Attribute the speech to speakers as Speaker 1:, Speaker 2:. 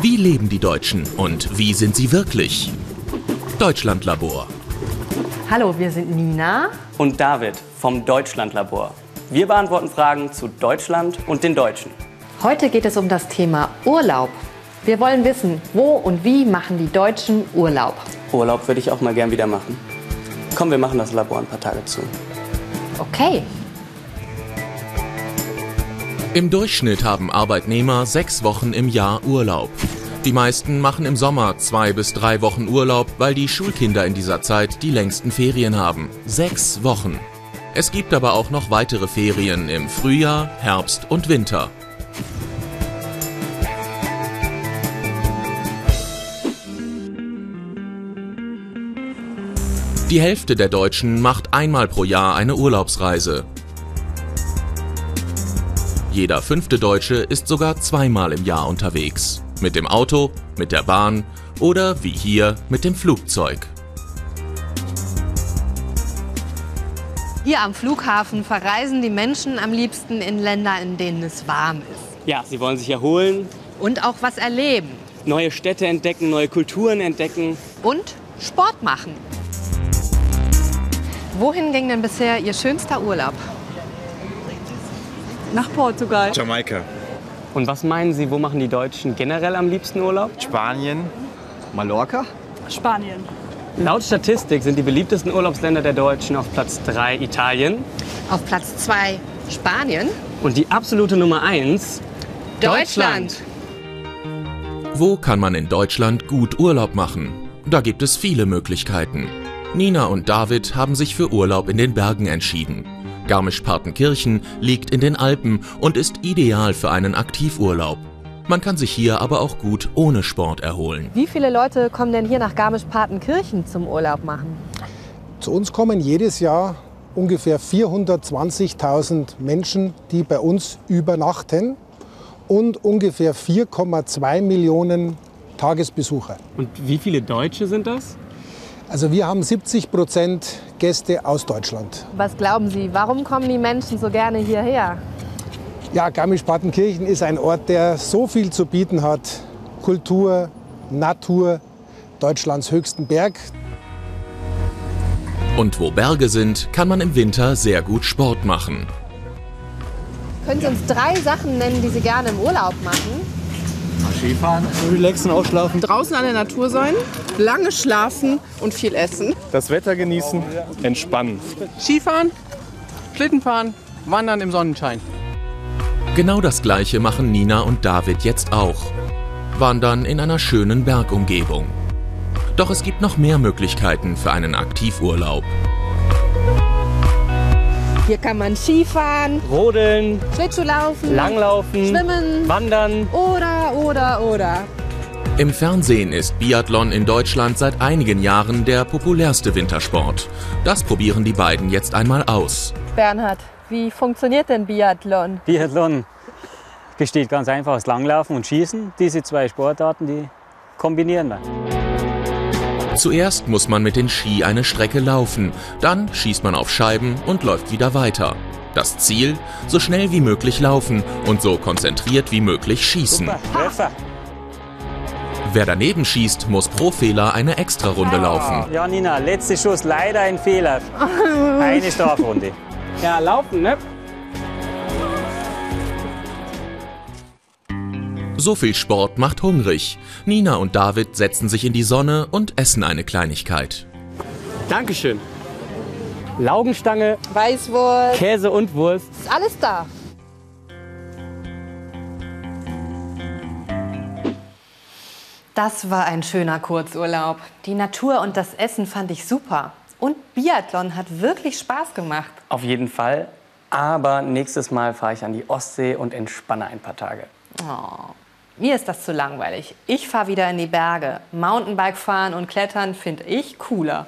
Speaker 1: Wie leben die Deutschen und wie sind sie wirklich? Deutschlandlabor.
Speaker 2: Hallo, wir sind Nina.
Speaker 3: Und David vom Deutschlandlabor. Wir beantworten Fragen zu Deutschland und den Deutschen.
Speaker 2: Heute geht es um das Thema Urlaub. Wir wollen wissen, wo und wie machen die Deutschen Urlaub.
Speaker 3: Urlaub würde ich auch mal gern wieder machen. Komm, wir machen das Labor ein paar Tage zu.
Speaker 2: Okay,
Speaker 1: Im Durchschnitt haben Arbeitnehmer sechs Wochen im Jahr Urlaub. Die meisten machen im Sommer zwei bis drei Wochen Urlaub, weil die Schulkinder in dieser Zeit die längsten Ferien haben. Sechs Wochen. Es gibt aber auch noch weitere Ferien im Frühjahr, Herbst und Winter. Die Hälfte der Deutschen macht einmal pro Jahr eine Urlaubsreise. Jeder fünfte Deutsche ist sogar zweimal im Jahr unterwegs. Mit dem Auto, mit der Bahn oder wie hier mit dem Flugzeug.
Speaker 4: Hier am Flughafen verreisen die Menschen am liebsten in Länder, in denen es warm ist.
Speaker 3: Ja, sie wollen sich erholen,
Speaker 4: Und auch was erleben.
Speaker 3: neue Städte entdecken, neue Kulturen entdecken.
Speaker 4: Und Sport machen. Wohin ging denn bisher Ihr schönster Urlaub?
Speaker 5: Nach Portugal.
Speaker 6: Jamaika,
Speaker 3: Und was meinen Sie, wo machen die Deutschen generell am liebsten Urlaub?
Speaker 6: Spanien, Mallorca.
Speaker 5: Spanien.
Speaker 3: Laut Statistik sind die beliebtesten Urlaubsländer der Deutschen auf Platz 3 Italien
Speaker 4: Auf Platz 2 Spanien.
Speaker 3: und die absolute Nummer 1
Speaker 4: Deutschland.
Speaker 1: Wo kann man in Deutschland gut Urlaub machen? Da gibt es viele Möglichkeiten. Nina und David haben sich für Urlaub in den Bergen entschieden. Garmisch-Partenkirchen liegt in den Alpen und ist ideal für einen Aktivurlaub. Man kann sich hier aber auch gut ohne Sport erholen.
Speaker 2: Wie viele Leute kommen denn hier nach Garmisch-Partenkirchen zum Urlaub machen?
Speaker 7: Zu uns kommen jedes Jahr ungefähr 420.000 Menschen, die bei uns übernachten und ungefähr 4,2 Millionen Tagesbesucher.
Speaker 3: Und wie viele Deutsche sind das?
Speaker 7: Also wir haben 70 Prozent Gäste aus Deutschland.
Speaker 2: Was glauben Sie, warum kommen die Menschen so gerne hierher?
Speaker 7: Ja, Garmisch-Partenkirchen ist ein Ort, der so viel zu bieten hat. Kultur, Natur, Deutschlands höchsten Berg,
Speaker 1: Und wo Berge sind, kann man im Winter sehr gut Sport machen.
Speaker 4: Können Sie uns drei Sachen nennen, die Sie gerne im Urlaub machen?
Speaker 8: Relaxen, ausschlafen.
Speaker 9: draußen an der Natur sein, lange schlafen und viel essen.
Speaker 8: Das Wetter genießen, entspannen.
Speaker 9: Skifahren, Schlittenfahren, wandern im Sonnenschein.
Speaker 1: Genau das gleiche machen Nina und David jetzt auch. Wandern in einer schönen Bergumgebung. Doch es gibt noch mehr Möglichkeiten für einen Aktivurlaub.
Speaker 4: Hier kann man Skifahren,
Speaker 3: Rodeln,
Speaker 4: Schlittschuhlaufen,
Speaker 3: Langlaufen,
Speaker 4: Schwimmen.
Speaker 3: Wandern.
Speaker 4: oder, oder, oder.
Speaker 1: Im Fernsehen ist Biathlon in Deutschland seit einigen Jahren der populärste Wintersport. Das probieren die beiden jetzt einmal aus.
Speaker 2: Bernhard, wie funktioniert denn Biathlon?
Speaker 10: Biathlon besteht ganz einfach aus Langlaufen und Schießen. Diese zwei Sportarten, die kombinieren wir.
Speaker 1: Zuerst muss man mit den Ski eine Strecke laufen, dann schießt man auf Scheiben und läuft wieder weiter. Das Ziel? So schnell wie möglich laufen und so konzentriert wie möglich schießen.
Speaker 10: Treffer.
Speaker 1: Wer daneben schießt, muss pro Fehler eine Extrarunde laufen.
Speaker 10: Ja, Nina, letzter Schuss, leider ein Fehler. Eine Strafrunde.
Speaker 3: Ja, laufen, ne?
Speaker 1: So viel Sport macht hungrig. Nina und David setzen sich in die Sonne und essen eine Kleinigkeit.
Speaker 3: Dankeschön. Laugenstange,
Speaker 4: Weißwurst,
Speaker 3: Käse und Wurst.
Speaker 4: ist alles da.
Speaker 2: Das war ein schöner Kurzurlaub.
Speaker 4: Die Natur und das Essen fand ich super. Und Biathlon hat wirklich Spaß gemacht.
Speaker 3: Auf jeden Fall. Aber nächstes Mal fahre ich an die Ostsee und entspanne ein paar Tage.
Speaker 2: Mir ist das zu langweilig. Ich fahre wieder in die Berge. Mountainbike fahren und klettern finde ich cooler.